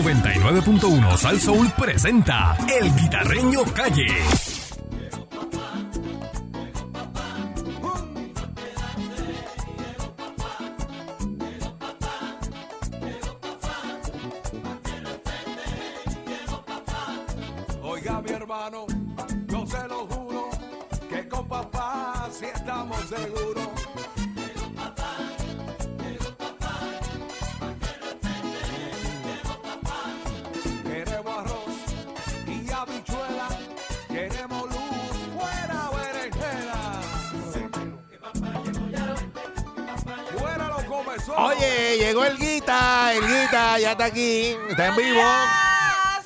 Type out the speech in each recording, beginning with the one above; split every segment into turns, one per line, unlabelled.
99.1 Sal Soul presenta El Guitarreño Calle.
Oiga mi hermano, yo se lo juro, que con papá sí estamos seguros. Queremos arroz y habichuela, queremos luz fuera berenjena. Fuera los comezones.
Oye, llegó el Guita, el Guita ya está aquí, está en vivo.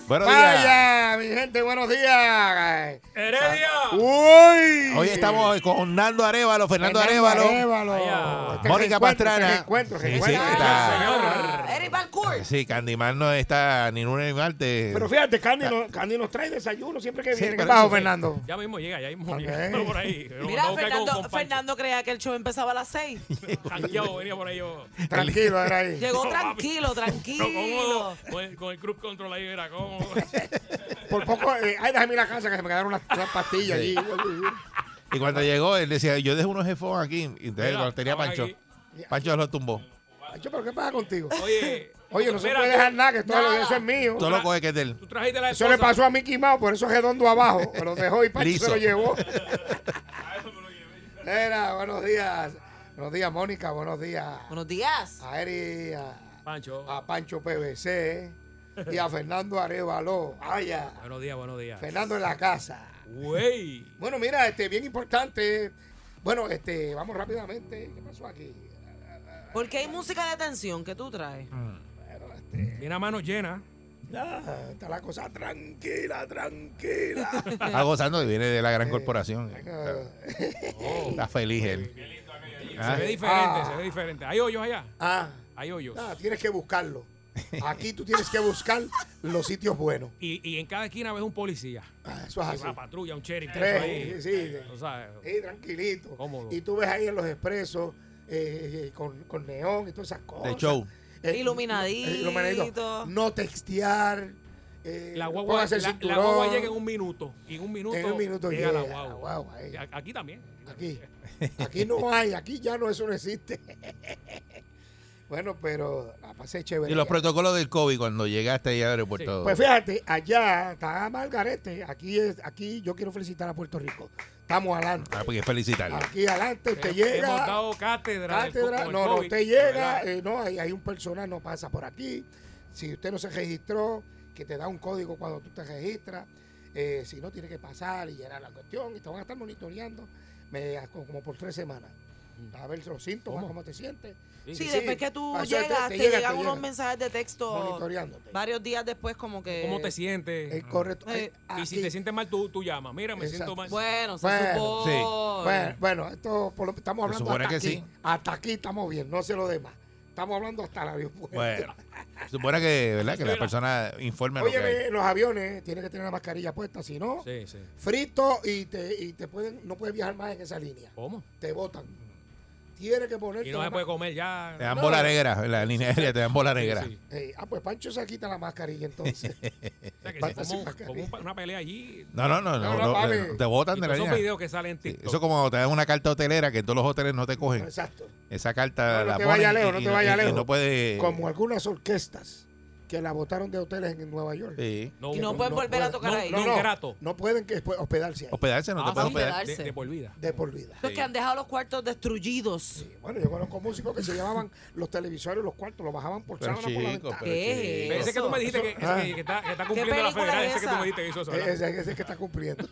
Buenos días.
Vaya, mi gente, buenos días.
Heredia.
Uy.
Hoy estamos con Nando Arevalo, Fernando Arevalo.
Arévalo.
Allá.
Este
Mónica
reencuentro,
Pastrana.
este reencuentro,
Sí,
reencuentro.
sí, está.
Eric Valcourt.
Sí, Candyman no está ni lunes ni martes.
Pero fíjate, Candy, nos- Candy nos trae desayuno siempre que
Sí,
viene. ¿Qué
pero
pasó,
eso sí.
Fernando?
Ya mismo llega, ya mismo
Ok.
llega. Pero por ahí. Lo
Mira,
mandó a buscar con-
Fernando,
con Pancho.
Fernando creía que el show empezaba a las 6.
Jangueado, venía por ahí yo.
Tranquilo, era ahí.
Llegó
No,
tranquilo,
No, cómodo.
tranquilo.
Con el, con el Cruise Control ahí era cómodo.
Por poco, eh, ay, déjame ir a casa que se me quedaron unas, unas pastillas allí.
Y cuando llegó, él decía, yo dejo unos jefos aquí. Y entonces
Mira,
los tenía
estamos
Pancho.
aquí.
Pancho los tumbó.
Pancho, pero ¿qué pasa contigo?
Oye.
Oye, no se
mira,
puede
tú-
dejar nada, que todo lo-
nada.
eso es mío.
Todo lo coge que es de él.
Tú trajiste la
Eso
esposa.
le pasó a Mickey Mouse, por eso es redondo abajo. Me Lo dejó y Pancho
Liso.
se lo llevó. Era, buenos días. Buenos días, Mónica, buenos días.
Buenos días.
A Eri, a,
Pancho.
a Pancho PBC y a Fernando Arevalo. Vaya,
Buenos días, buenos días.
Fernando en la casa.
Güey.
Bueno, mira, este, bien importante. Bueno, este, vamos rápidamente. ¿Qué pasó aquí?
Porque hay música de tensión que tú traes.
Ah.
Bueno, este,
Tiene a mano llena.
ah, está la cosa tranquila, tranquila.
Está gozando y viene de la gran corporación.
Ah,
Está feliz él. Ah.
Se ve diferente,
Ah.
se ve diferente. Hay hoyos allá.
ah,
Hay hoyos.
nada, tienes que buscarlo. Aquí tú tienes que buscar los sitios buenos.
Y, y en cada esquina ves un policía.
Ah, eso es así.
Una patrulla, un sheriff.
Tres,
eso ahí.
sí, sí. Eh,
Tú sabes.
Sí, tranquilito.
Cómodo.
Y tú ves ahí en los expresos eh, eh, con, con neón y todas esas cosas.
De show.
Eh,
Iluminadito.
eh, iluminadito. No textear. eh,
La guagua,
póngase el
la, la
cinturón.
guagua llega en un minuto. Y en un minuto,
En un minuto
llega, la
llega
guagua.
la guagua, ahí.
A- Aquí también.
Aquí. Aquí no hay, aquí ya no, eso no existe. bueno, pero la pasé chévere.
Y los protocolos del COVID cuando llegaste allá al aeropuerto.
Pues fíjate, allá está Margarete. Aquí es, aquí yo quiero felicitar a Puerto Rico. Estamos adelante.
Ah, porque felicitarlo.
Aquí adelante, usted
Hemos-
llega.
Hemos dado cátedra. del
cátedra,
co- del
no, no,
COVID,
usted llega,
¿verdad?
eh, no, hay, hay un personal, no pasa por aquí. Si usted no se registró, que te da un código cuando tú te registras. Eh, si no, tiene que pasar y llenar la cuestión. Y te van a estar monitoreando me- a- como por tres semanas.
Mm.
A ver los síntomas, cómo, te sientes,
Sí,
sí,
después
sí.
que tú
Ah,
Pasó, te-
llegas,
te
te,
llega,
llegan
te
unos
llega.
mensajes de texto
monitoreándote.
varios días después como que...
¿Cómo te sientes?
Es correcto.
Eh,
Eh,
y si
aquí.
te sientes mal, tú, tú llamas. Mira, me
Exacto.
siento mal.
Bueno, se
Bueno,
supone.
sí.
Bueno, bueno, esto por lo- estamos
Se
hablando
supone
hasta
que
aquí.
sí.
Hasta aquí estamos bien, no sé lo demás. Estamos hablando hasta el aeropuerto.
Bueno, se supone que, ¿verdad? que la persona informe lo que hay.
Oye, los aviones tienen que tener la mascarilla puesta, si no,
Sí, sí.
frito y te, y te pueden, no puedes viajar más en esa línea.
Oh.
¿Cómo?
Te botan. Tienes que ponerte.
Y no
la
se puede
ma-
comer ya.
Te dan bola negra, en la línea aérea te dan bola
Sí,
negra.
sí.
Eh, ah, pues Pancho se quita la mascarilla entonces.
O sea, que
Va-
sí, como,
sin
un-
mascarilla.
como un pa- una pelea allí.
No, no, no,
No,
no,
no,
no,
papi.
eh, te botan
Y
de
todos
la
esos
línea.
videos que salen en TikTok. Pues,
Eso como te dan una carta hotelera que en todos los hoteles no te cogen.
Exacto.
Esa carta
No, no
la
te
ponen
vaya lejos,
y-
no te
y-
vaya
y- y
lejos.
no puede...
Como algunas orquestas que la botaron de hoteles en Nueva York.
Sí.
no,
Y no pueden volver a tocar
no,
ahí.
no,
No,
un grato.
No pueden que espe- hospedarse ahí
Hospedarse no te
Ah,
puedes
sí,
hospedar.
hospedarse.
de, de por vida.
de por vida.
Los que han dejado los cuartos destruidos.
Bueno, yo conozco músicos que se llevaban los televisores, los cuartos, los bajaban por
Pero
sábana por la
chico,
ventana.
pero
¿Qué
chico.
es?
Ese que tú me dijiste que, ese
Ah.
que, que está, que está cumpliendo la
película
federal,
es
ese que tú
esa?
me dijiste que hizo eso. ¿verdad?
Eh, Ese, ese que está cumpliendo.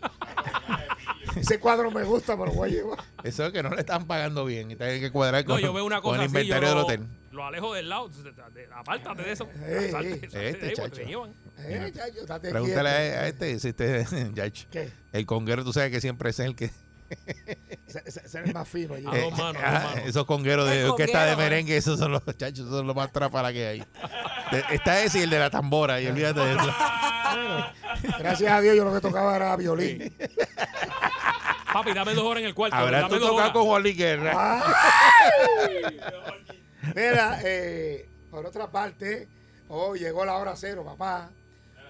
ese cuadro me gusta, me lo voy a llevar.
Eso es que no le están pagando bien y tienen que cuadrar
No,
con,
yo veo una
con
cosa
el
así, yo
inventario del
lo,
hotel.
lo alejo del lado, de- de- de- apártate de eso.
Ey,
salte-
ey.
salte
Este
de ahí, porque
chacho.
te llevan.
Eh, ya, yo, date
Pregúntale a,
quieto.
a este, si este, Yacho.
¿Qué?
el conguero, tú sabes que siempre es el que...
Se- se- Ser el más fino allí. Eh,
A dos manos, a dos
Ah,
manos.
esos congueros
El
de orquesta de
conguero, ¿eh?
merengue, esos son los chachos, esos son los más tráfala que hay. De- Está ese y el de la tambora, y olvídate de eso.
Gracias a Dios yo lo que tocaba era violín.
Papi, dame dos horas en el cuarto.
Habrás
dame
tú
dos
tocado
horas.
con Juan
Ah,
Guerra.
Ah. ¡Ay! Mira, eh, por otra parte, Hoy llegó la hora cero, papá.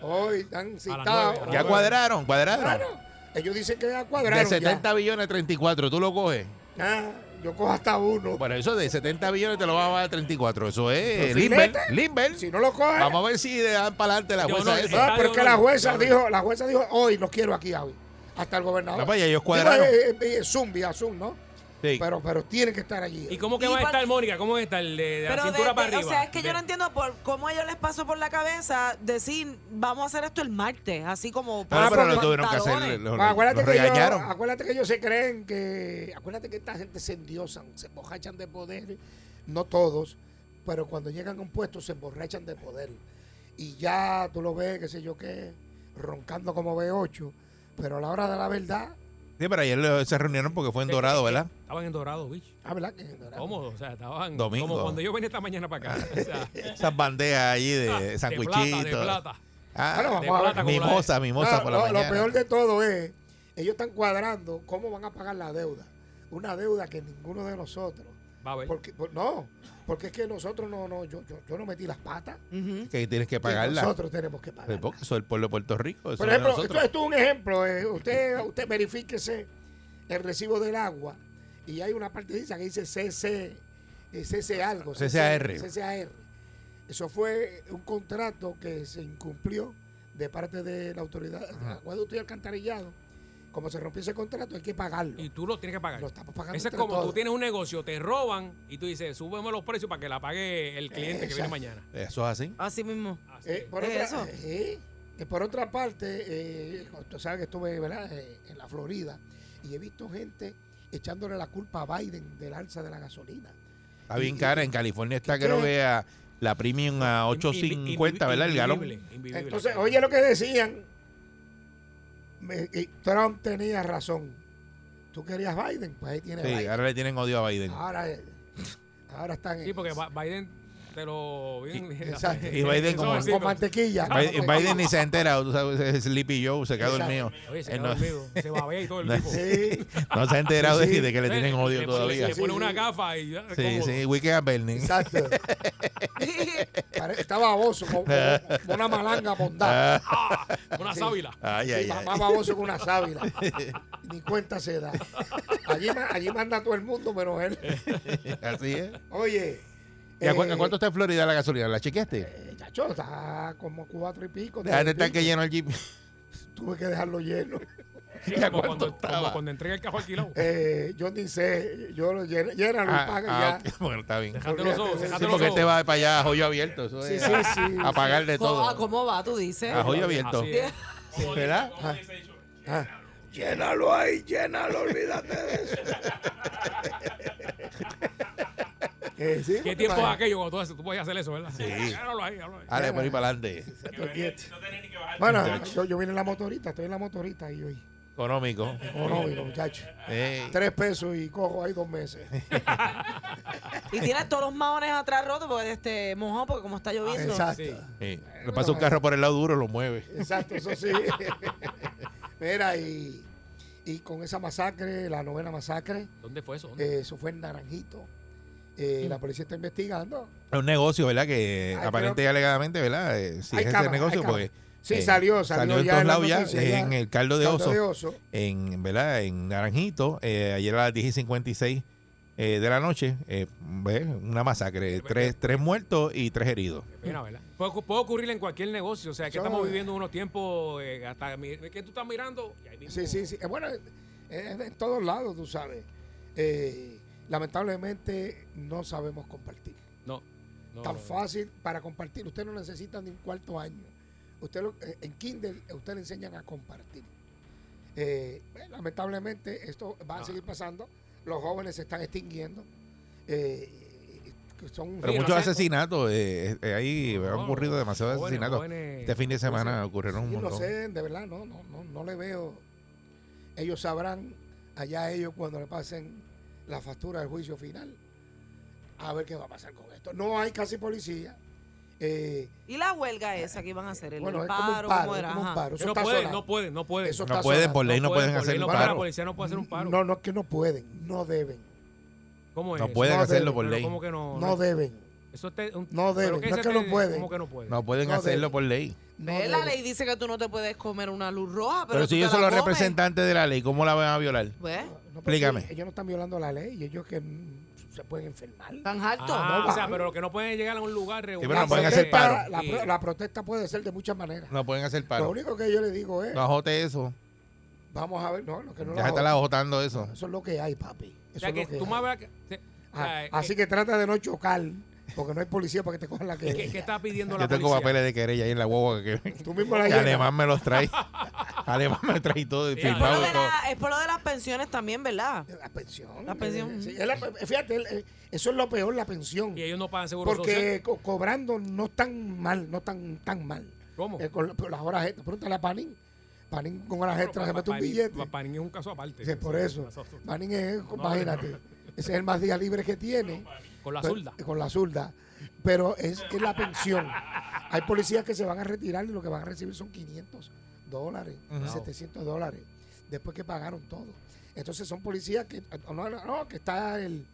Hoy están
nueve,
citados.
a las
Ya cuadraron, cuadraron.
Claro. Ellos dicen que ya cuadraron.
De 70 billones, 34. Tú lo coges.
Ya. Ah, yo cojo hasta uno.
Bueno, eso de 70 billones te lo van a bajar a 34. Eso es
Los
Limber.
filetes.
Limber.
Si no eh. lo coge.
Vamos a ver si le dan para adelante la
Yo
jueza
no- eh,
esa.
Ah, porque la jueza
Ya, ya.
dijo, la jueza dijo, hoy los quiero aquí hoy. Hasta el gobernador.
No, vaya, ellos
Digo,
cuadraron.
eh, eh, eh, Zoom, vía Zoom, ¿no?
Sí.
Pero, pero tienen que estar allí. Pues,
¿Y cómo que
Y
va a
pa-
estar, Mónica? ¿Cómo va a estar? De, de la
Pero
cintura
de-
para
de-
arriba.
o sea, es que yo
De-
no entiendo por cómo a ellos les pasó por la cabeza decir, vamos a hacer esto el martes, así como
Ah, pero
por
lo tuvieron que hacer.
pantalones.
Lo,
Pues acuérdate,
lo
que ellos,
regañaron.
acuérdate que ellos se creen que. Acuérdate que esta gente se endiosan, se emborrachan de poder. No todos, pero cuando llegan a un puesto se emborrachan de poder. Y ya tú lo ves, qué sé yo qué, roncando como B8. Pero a la hora de la verdad.
Sí, pero ayer lo- se reunieron porque fue en Dorado, ¿verdad?
Estaban en Dorado, bicho.
Ah, ¿verdad? Que no era-
Cómodo, o sea, estaban
Domingo.
como cuando yo venía esta mañana para acá. O sea,
Esas bandejas allí
ah,
de
plata, de
sanguichitos.
plata.
Bueno,
Ah,
De
vamos a ver.
plata como la-
mimosa, mimosa
Ah, No,
por la
lo, lo
mañana.
peor de todo es, ellos están cuadrando cómo van a pagar la deuda. Una deuda que ninguno de nosotros.
Va a ver.
Porque, por- no, porque es que nosotros no, no, yo, yo, yo no metí las patas.
Ujú.
Que tienes que
que
pagarla.
Nosotros tenemos que
Sí,
pagar.
Porque soy el pueblo de Puerto Rico. eso
Por
es de
ejemplo, esto,
nosotros.
esto es un ejemplo. eh, usted, usted verifíquese el recibo del agua y hay una partidita que dice CC, eh, CC algo.
CCAR.
CCAR. Eso fue un contrato que se incumplió de parte de la autoridad de acueducto y alcantarillado. Como se rompió ese contrato, hay que pagarlo.
Y tú lo tienes que pagar.
Lo estamos pagando
Eso es
entre
como tú
todos.
tienes un negocio, te roban y tú dices, súbeme los precios para que la pague el cliente que viene
Exacto.
mañana.
Eso es así.
Así mismo.
Así
Eh,
es.
por,
¿Es
otra,
eso?
eh, eh, por otra parte, eh, tú sabes que estuve ¿verdad? Eh, en la Florida y he visto gente echándole la culpa a Biden del alza de la gasolina.
Está bien cara. En California está que no
¿Qué?
vea la premium a 8.50, ¿verdad? El galón.
Invivible, invivible.
Entonces, oye lo que decían. Me- y Trump tenía razón. Tú querías Biden, pues ahí tiene
Sí,
Biden.
ahora le tienen odio a Biden.
Ahora, eh, ahora están en-
Sí, porque Ba- Biden te lo... bien-
Exacto.
Y Biden
Eso
como-
es así,
con
pero-
mantequilla.
Biden, Biden ni se ha enterado, tú sabes, es Sleepy Joe, se queda dormido.
Oye, se
Eh,
queda
no,
dormido, se babea y todo el
No.
tipo.
Sí.
no se ha enterado de-
Sí.
de que le tienen odio
Le-
todavía.
Le pone
Sí,
una
sí.
gafa y... ya,
Sí,
cómodo.
sí, Wiki a Bernie.
Exacto. Pare- Está baboso, como, como- como una malanga bondada.
Ah, Una
Sí.
sábila.
Ay,
Sí,
ay,
más,
ay.
más baboso que una sábila. Ni cuenta se da. Allí, ma- allí manda todo el mundo menos él.
Así es.
Oye.
¿Y a, cu-
eh,
a cuánto está en Florida la gasolina? ¿La chequeaste?
eh, chacho, está como cuatro y pico. tres
Déjate
y
estar
pico.
que lleno el jeep.
Tuve que dejarlo lleno.
Sí,
¿Y a
como
cuánto
cuando, como
estaba?
cuando entrega el cajo alquilado.
Eh, yo ni sé, yo lo lleno, llénalo y
Ah,
paga
ah,
ya.
ok, Bueno, está bien.
Dejate los ojos,
Sí,
dejate
Sí,
los
porque
ojos.
este va para allá a joyo abierto. Eso
Sí,
es
sí,
a-
sí,
a
sí.
pagar de
¿Cómo, ah,
todo.
¿Cómo va? Tú dices.
A joyo abierto.
Así es.
¿Verdad?
Ah, Llénalo ahí, llénalo, olvídate de eso. Eh, sí,
¿Qué tiempo es
para-
aquello cuando tú, haces- tú podías hacer eso, verdad? Sí. Hágalo ahí, hágalo ahí.
Dale, por ahí para adelante.
Bueno, yo, yo vine en la motorita, estoy en la motorita y hoy.
Económico.
Económico, muchacho.
Ey.
Tres pesos y cojo ahí dos meses.
Y tienes todos los maones atrás rotos porque este mojón porque como está lloviendo.
Ah, Exacto.
Sí.
Sí. Le pasa un carro por el lado duro, lo mueve.
Exacto, eso sí. Mira, y, y con esa masacre, la novena masacre,
¿Dónde fue eso? ¿Dónde?
eh, eso fue en Naranjito. Eh, La policía está investigando.
Es un negocio, ¿verdad? Que
Ay,
aparente y alegadamente, ¿verdad? Eh, sí,
Hay
es ese
cámara,
negocio
hay
porque.
Sí,
eh,
salió, salió,
en
ya
todos
en la
lados ya,
noticia, ya.
en el caldo de
Tanto
oso,
de oso.
en, ¿verdad? En Naranjito, eh, ayer a las 10 y 56 eh, de la noche, eh, ¿ves? una masacre, tres, tres muertos y tres heridos.
Mira, ¿verdad? Puede, ocu- puede ocurrir en cualquier negocio. O sea, que
Eso
estamos
es.
viviendo unos tiempos eh, hasta mi- que tú estás mirando. y ahí mismo-
Sí, sí, sí. Eh, Bueno, eh, eh, en todos lados, tú sabes. Eh, lamentablemente no sabemos compartir.
No, no,
Tan
no.
fácil para compartir. Usted no necesita ni un cuarto año. Usted lo- eh, en Kindle, eh, usted le enseñan a compartir. Eh, eh, lamentablemente, esto va a
Ah.
seguir pasando. Los jóvenes se están extinguiendo. Eh, que son
Pero
Sí,
muchos
no sé.
asesinatos, eh, eh, ahí
No,
han ocurrido demasiados
jóvenes,
asesinatos.
jóvenes.
Este fin de semana ocurrieron un
Sí, no
montón.
sé, de verdad, no, no, no, no le veo. Ellos sabrán allá ellos cuando le pasen la factura del juicio final. A ver qué va a pasar con esto. No hay casi policía. Eh,
Y la huelga esa que iban a hacer, el
bueno, es como
paro,
un paro,
¿cómo
es
era?
como un
Ajá.
paro. Eso
no
está
pueden,
sonado.
no pueden, no pueden.
Eso
No
No
está
pueden,
sonando.
por ley no, pueden
por ley
hacer
no
un
puede, La
paro.
policía no puede hacer un paro.
No, no es que no pueden, no deben,
¿Cómo es
No
eso?
pueden
No
hacerlo
deben,
por
Pero
ley.
¿Cómo que no?
no deben.
Eso es te- un-
No debe,
pero
no
ese
es que no
te-
puede.
¿Cómo que no puede?
No pueden
No
hacerlo
debe.
por ley.
No
Ve, la
debe.
ley dice que tú no te puedes comer una luz roja, pero,
Pero,
tú
si yo
te
soy
la
los
comes.
representantes de la ley, ¿cómo la van a violar?
Pues,
No, pero
Explícame.
Ellos no están violando la ley, ellos que mm, se pueden enfermar.
tan alto.
Ah,
no
o sea,
van.
pero lo que no pueden es llegar a un lugar regular.
pero no pueden hacer
Sí.
paro.
La, pro-
Sí.
la protesta puede ser de muchas maneras.
No pueden hacer
Lo
paro.
único que yo le digo es,
No ajote eso.
vamos a ver, no, lo que no
Ya
la
está
jodan.
ajotando eso.
Eso es lo que hay, papi. Eso
O sea,
es lo
que
que
tú
hay.
más verás que- se- o
Ah,
sea,
así que trata de no chocar, porque no hay policía para que te cojan la
¿qué- ¿Qué, qué
que
está pidiendo
Yo
la
tengo
policía?
papeles de querella ahí en la guagua que, que
Tú mismo la llenas.
alemán me los trae. alemán me trae todo y
Sí,
Es por lo
firmado
de
y todo.
la- es por lo de las pensiones también, ¿verdad?
La pensión.
La pensión.
eh, sí, es la- eh, fíjate, el- eh, eso es lo peor, la pensión.
Y ellos no pagan seguro social.
Porque co- cobrando no tan mal, no tan tan mal.
¿Cómo?
Eh, con la- pero las horas extras, pregúntale a Panín. Panín con horas extras se mete un billete.
Paparín es un caso aparte.
Sí, por eso. Panín es, imagínate, ese es el más día libre que tiene.
Con la
Pero-
zurda.
Con la zurda. Pero es, es la pensión. Hay policías que se van a retirar y lo que van a recibir son 500 dólares,
Ujú.
700 dólares, después que pagaron todo. Entonces son policías que, ah, no, no, no, que está el,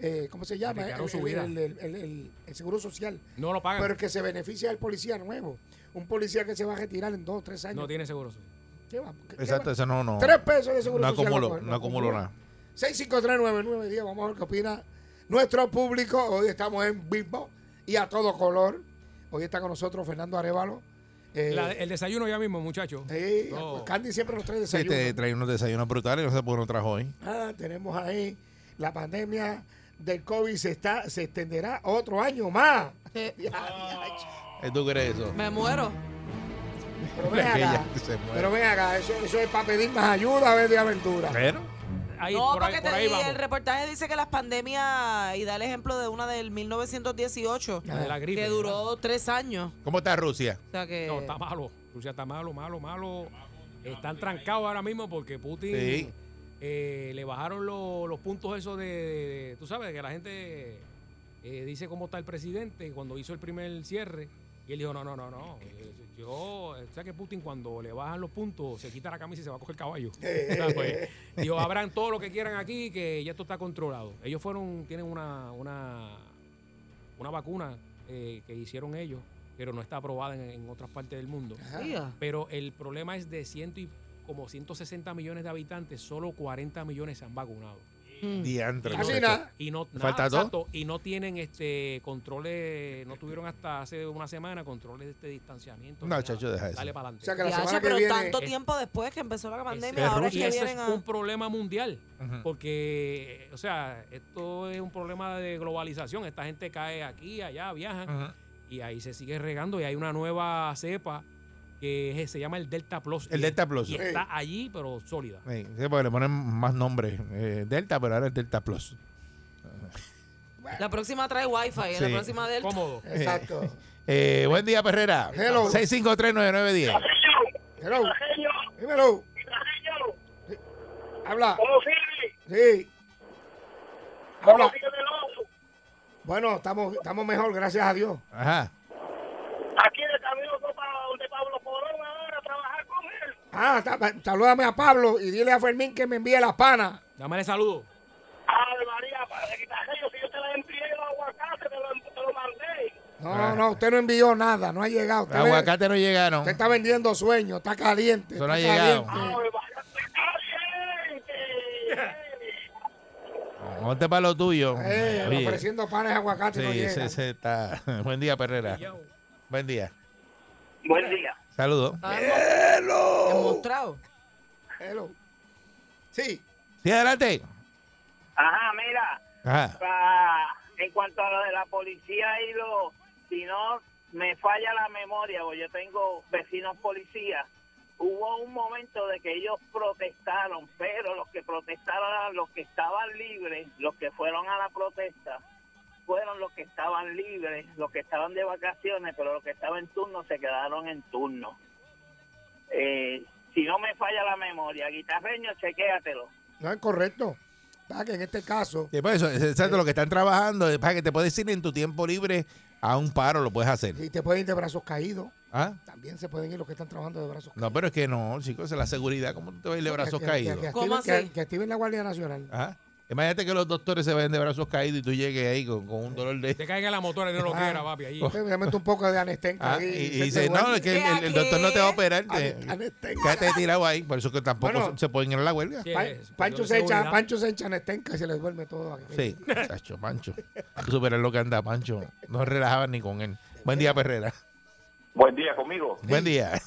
eh, ¿cómo se llama? El,
Arriesgaron su
el-
vida. Ah.
el- el- el- el- el Seguro Social.
No
Pero
lo pagan.
el que se beneficia es el policía nuevo. Un policía que se va a retirar en dos o tres años.
No tiene seguro social.
¿Qué va? ¿Qué- qué
Exacto,
va?
eso no, no.
Tres pesos de seguro
No
social.
acumulo,
coge,
no acumulo
acumula.
nada.
6539910, vamos a ver qué opina nuestro público. Hoy estamos en vivo y a todo color. Hoy está con nosotros Fernando Arevalo. Eh,
La- Oh. el desayuno ya mismo, muchachos.
sí, pues,
No.
Candy siempre nos trae
Sí,
desayuno.
te trae unos desayunos brutales, no sé por qué no trajo hoy.
Ah, tenemos ahí la pandemia del COVID se está se extenderá otro año más.
Sí.
¿Eh, ¿Tú crees eso?
Me muero.
Pero ven acá,
Aquella que se muere.
pero ven acá, eso, eso es para pedir más ayuda, a ver de aventura.
Pero,
Ahí,
no,
por
porque
ahí,
te
por ahí
di- el
vamos.
reportaje dice que las pandemias, y da el ejemplo de una del 1918,
La
Ah,
de la gripe.
que duró eh. tres años.
¿cómo está Rusia?
O sea que...
No, está malo. Rusia está malo, malo, malo. Están trancados ahora mismo porque Putin
Sí.
eh, le bajaron lo- los puntos esos de, tú sabes, que la gente eh, dice cómo está el presidente cuando hizo el primer cierre. Y él dijo, no, no, no, no. eh, Yo, o sea que Putin cuando le bajan los puntos se quita la camisa y se va a coger el caballo.
eh,
O sea, pues, dijo, abran todo lo que quieran aquí que ya esto está controlado. Ellos fueron, tienen una, una, una vacuna eh, que hicieron ellos, pero no está aprobada en, en otras partes del mundo.
Ajá.
Diga.
Pero el problema es de ciento y como 160 millones de habitantes, solo 40 millones se han vacunado.
Mm.
Diantre.
eh, Así
muchacho.
nada.
Y no,
Me falta dos.
exacto, y no tienen este controles, no tuvieron hasta hace una semana controles de este distanciamiento.
No,
Nada.
chacho, deja eso.
Dale para
O sea
adelante.
que la
Diache,
semana que
pero
viene
tanto
es-
tiempo después que empezó la pandemia,
es
ahora es
y
que
eso es
vienen a...
un problema mundial.
Ujú.
Porque, o sea, esto es un problema de globalización. Esta gente cae aquí, allá, viajan.
Ujú.
y ahí se sigue regando y hay una nueva cepa que es- se llama el Delta Plus.
El
Y-
Delta Plus.
Y está allí, pero sólida.
Sí, sí, porque le ponen más nombres. eh, Delta, pero ahora es Delta Plus.
La próxima trae wifi, eh,
Sí.
la próxima del...
Cómodo.
Exacto.
Eh, buen día, Perrera.
Hello.
6539910.
Hello. Dímelo. Sí. Habla.
¿Cómo sigue?
Sí.
Oh. ¿Cómo
Habla.
sigue de loco?
Bueno, estamos, estamos mejor, gracias a Dios.
Ajá.
Aquí de camino voy para donde Pablo Colón ahora a trabajar con él.
Ah, ta- ta- salúdame a Pablo y dile a Fermín que me envíe las panas.
Dame el saludo.
Ave María, padre, quitarle yo, si yo te la envié los aguacates, te lo, te lo mandé.
No,
Ah.
no, usted no envió nada, no ha llegado. Usted, ve-
Aguacate no llegaron.
usted está vendiendo sueños, está caliente.
Eso no
está
ha llegado.
caliente.
Ave María, está caliente.
Ponte para lo tuyo.
Eh,
Oye,
ofreciendo panes aguacate no
sí,
llega.
ese- ese está. Buen día, Perrera. Buen día.
Buen día.
Saludos.
Ah.
Oh.
Demostrado.
Hello. Sí,
Sí, adelante.
Ajá, mira,
Ajá.
pa- en cuanto a lo de la policía y lo... Si no, me falla la memoria, porque yo tengo vecinos policías. Hubo un momento de que ellos protestaron, pero los que protestaron, eran los que estaban libres, los que fueron a la protesta, fueron los que estaban libres, los que estaban de vacaciones, pero los que estaban en turno se quedaron en turno. Eh, si no me falla la memoria, guitarreño, chequéatelo.
no es correcto. Está que en este caso,
Sí, pues eso, es exacto lo que están trabajando. Es para que te puedes ir en tu tiempo libre a un paro, lo puedes hacer.
si te pueden ir de brazos caídos,
¿Ah?
también se pueden ir los que están trabajando de brazos
No, pero es que no, chicos, es la seguridad. ¿Cómo tú te vas a ir de Ah, brazos
Que- que- que
caídos?
activen-
¿Cómo
que-
así?
Que activen la Guardia Nacional.
Ajá. Imagínate que los doctores se vayan de brazos caídos y tú llegues ahí con, con un dolor de...
Te caiga la motora y no lo
Ah.
quiera, papi.
Oh,
Allí.
Usted me mete un poco de anesténca
Ah,
ahí.
y, y
se
dice,
te
no, este,
duerme.
es que el, el doctor no te va a operar. Te,
Ane- anesténca.
quédate tirado ahí. Por eso que tampoco
Bueno.
se- se pueden ir a la huelga.
Sí,
Pa-
es,
Pancho,
cuestión
se
de
echa,
seguridad.
Pancho se echa anesténca y se le duerme todo. aquí.
Sí, Chacho, Pancho. Tú superas lo que anda, Pancho. No relajabas ni con él. Buen día, Perrera.
Buen día conmigo.
Buen día.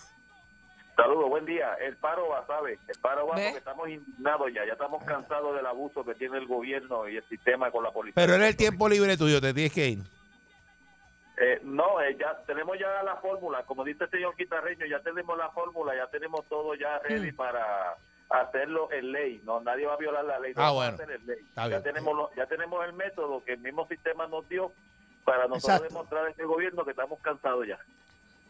Saludos, buen día. El paro va, ¿sabe? El paro va
¿Ve?
porque estamos indignados ya. Ya
Ah.
estamos cansados del abuso que tiene el gobierno y el sistema con la policía.
Pero era el tiempo libre tuyo, te tienes que ir.
Eh, no, eh, ya tenemos ya la fórmula. Como dice el señor Quitarreño, ya tenemos la fórmula, ya tenemos todo ya
Hmm.
ready para hacerlo en ley. No, nadie va a violar la ley.
Ah,
todo va a
bueno.
ser en ley.
Está bien.
Ya tenemos, lo- ya tenemos el método que el mismo sistema nos dio para nosotros
Exacto.
demostrar a este gobierno que estamos cansados ya.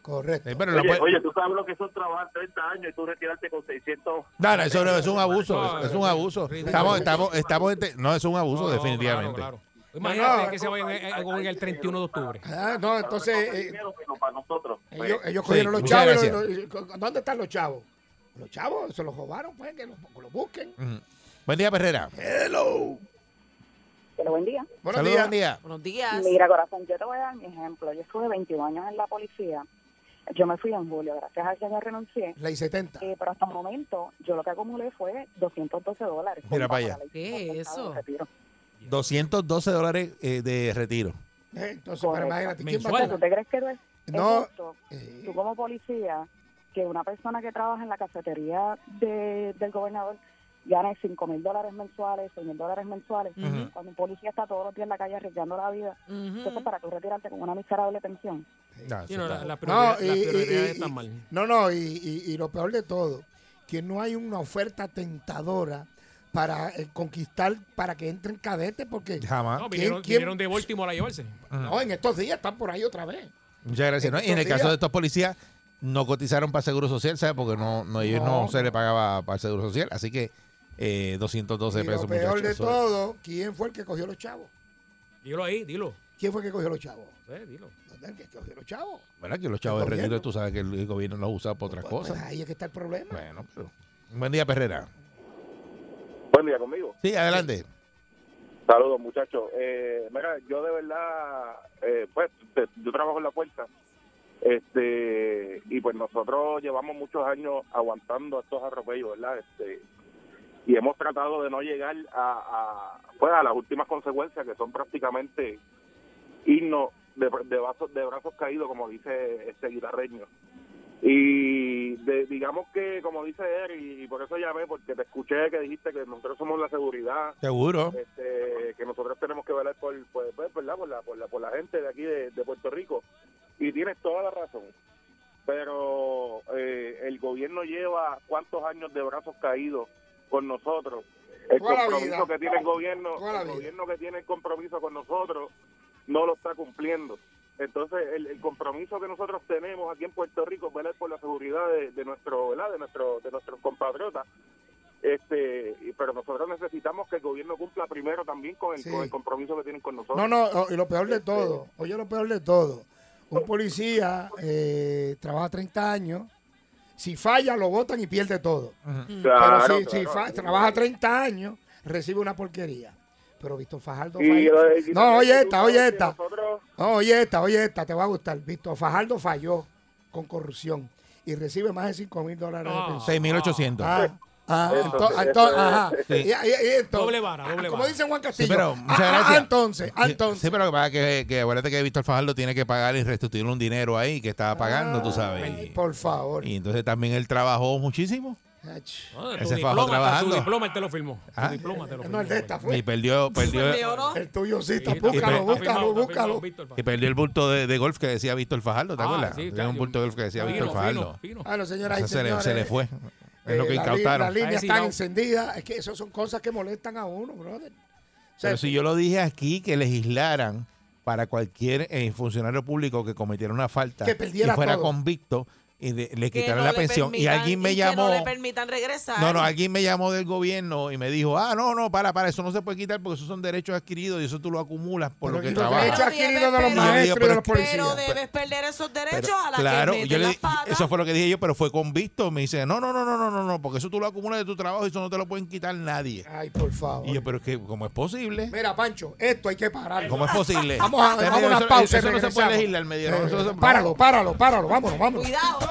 Correcto.
Eh, pero no
Oye,
puede-
oye, tú sabes lo que es trabajar 30 años y tú retirarte con 600
No, no, eso no, es un abuso,
No,
es, es
no,
un
no,
abuso.
ridículo.
Estamos, estamos, estamos, ente- no, es un abuso,
No, no,
definitivamente.
claro, claro. Imagínate
No, no,
que se vaya en- en- en el 31 de octubre.
Ah, no, entonces
Para nosotros
eh,
primero, pero para nosotros.
ellos,
Pues,
ellos cogieron
Sí,
los
muchas
chavos. y los- y los- ¿Dónde están los chavos? Los chavos se los robaron, pues, que los, que los busquen.
Ujú. Buen día, Perrera.
Hello.
Pero buen día.
Buenos
Saludos,
días.
buen día.
Buenos días.
Mira, corazón, yo te voy a dar mi ejemplo. Yo estuve 21 años en la policía. Yo me fui en julio, gracias al Señor renuncié.
Ley 70.
Eh, pero hasta el momento, yo lo que acumulé fue 212 dólares.
Mira para allá.
¿Qué es eso?
212 dólares eh, de retiro.
Eh, entonces, pero
Correcto.
imagínate, ¿quién va a
Mensual.
¿Tú te crees que no es es
No.
justo,
Eh,
tú como policía, que una persona que trabaja en la cafetería de- del gobernador gane 5 mil dólares mensuales, 6 mil dólares mensuales,
Ujú.
cuando un policía está todos los días en la calle arriesgando la vida? Entonces,
Ujú.
para tú retirarte con una miserable pensión.
No,
Sí,
eso
no,
está-
la, la prioridad,
No,
la
y-
prioridad
y- ah,
está
y-
mal.
no, no, y, y- y lo peor de todo, que no hay una oferta tentadora para eh, conquistar, para que entren cadetes, porque
Jamás.
No, vinieron,
quién-
vinieron de Baltimore a llevarse.
no, en estos días están por ahí otra vez.
Muchas gracias. ¿no? Y en el caso de estos policías, no cotizaron para Seguro Social, ¿sabes? Porque no, no, ellos no,
No.
se le pagaba para Seguro Social. Así que eh, 212
Y
pesos,
lo peor
muchachos.
de
Eso-
todo, ¿quién fue el que cogió los chavos?
Dilo ahí, dilo.
¿Quién fue el que cogió los chavos?
Sí, dilo.
¿Dónde el que cogió los chavos?
¿Verdad? Que los chavos de
El gobierno.
retiro, tú sabes que el, el gobierno los usa para otras
Pues,
cosas.
ahí es que está el problema.
Bueno, pero. Buen día, Perrera.
Buen día conmigo.
Sí, adelante.
Saludos, muchachos. Eh, mira, yo de verdad, eh, pues, te- yo trabajo en la puerta. Este, y pues nosotros llevamos muchos años aguantando estos atropellos, ¿verdad? Este, y hemos tratado de no llegar a, a, pues, a las últimas consecuencias, que son prácticamente irnos de, de, brazos, de brazos caídos, como dice este guitarreño. Y de- digamos que, como dice él, y, y por eso llamé, porque te escuché que dijiste que nosotros somos la seguridad
Seguro.
este, que nosotros tenemos que velar por, pues, pues, ¿verdad? por, la, por, la, por la gente de aquí de, de Puerto Rico. Y tienes toda la razón. Pero eh, el gobierno lleva cuántos años de brazos caídos con nosotros. El
Toda la
compromiso
vida.
que tiene el gobierno,
Toda la
el
vida.
gobierno que tiene el compromiso con nosotros no lo está cumpliendo. Entonces, el, el compromiso que nosotros tenemos aquí en Puerto Rico es velar por la seguridad de, de nuestro, ¿verdad? de nuestro, de nuestros compatriotas este y- pero nosotros necesitamos que el gobierno cumpla primero también con el,
Sí.
con el compromiso que tienen con nosotros
No, no, o- y lo peor de todo, oye, lo peor de todo, un policía eh, trabaja 30 años, si falla lo botan y pierde todo. Pero si, si fa- trabaja 30 años, recibe una porquería. Pero Víctor Fajardo
Y
falló.
lo- y
No, oye esta,
tú
oye
sabes que
esta.
nosotros-
No, oye esta, oye esta, te va a gustar. Víctor Fajardo falló con corrupción y recibe más de 5 mil dólares de
No.
pensión.
6.800.
Ah, ah,
Eso,
ento-
eso,
entonces,
eso,
ajá.
sí.
Y- y- y entonces-
Doble vara, doble
Como
vara.
dice Juan
Sí,
Castillo.
pero
ah,
muchas
ah,
gracias.
ah, entonces, ah,
Sí,
entonces.
Sí, pero lo que pasa es que, que acuérdate que Víctor Fajardo tiene que pagar y restituir un dinero ahí que estaba pagando, tú sabes.
Ah, Ay,
Y-
por favor.
Y entonces también él trabajó muchísimo
Ach.
No,
Ese fajo
hasta tu
trabajando.
diploma él te lo firmó. Tu
Ah.
diploma te lo firmó.
No, el de esta
y
fue.
perdió, perdió,
Leo, ¿no?
El tuyo sí, está.
Sí,
Búscalo,
está firmado,
búscalo,
está firmado,
búscalo.
Víctor,
y perdió el bulto de, de golf que decía Víctor Fajardo, ¿te
Ah,
acuerdas?
sí,
Era un bulto de golf que decía
fino,
Víctor Fajardo.
fino, fino.
Bueno, señoras y
Eso se, le,
señores.
se le fue. Es
eh,
lo que
la li- Las
incautaron.
líneas
sí,
están
no.
encendidas. Es que esas son cosas que molestan a uno, brother. O sea,
Pero si yo lo dije aquí, que legislaran para cualquier eh, funcionario público que cometiera una falta
Que
y
perdiera
fuera
todo.
convicto, y de- le
Que
quitaron
no
la
le
pensión. y
permitan-
alguien me
y
llamó.
Que no le permitan regresar.
No, no, alguien me llamó del gobierno y me dijo, ah, no, no, para, para, eso no se puede quitar porque esos son derechos adquiridos y eso tú lo acumulas por lo
Pero
que
y los
trabajas.
derechos adquiridos de
Pero-
los
pero-
maestros y de los
Pero
policías.
debes perder esos derechos
Pero,
a la
claro,
que meten
yo le
las
di-
patas.
eso fue lo que dije yo, pero fue convicto. Me dice, no, no, no, no, no, no, no, porque eso tú lo acumulas de tu trabajo y eso no te lo pueden quitar nadie.
Ay, por favor.
Y yo, pero es que, ¿cómo es posible?
Mira, Pancho, esto hay que pararlo.
¿Cómo es posible?
Vamos a,
Me
vamos a
dijo,
una
eso-
pausa. y
Eso no se puede
regresamos. Eh,
legislar, me dijeron, eso no se-
Páralo, páralo, páralo. Vámonos, vámonos.
Cuidado.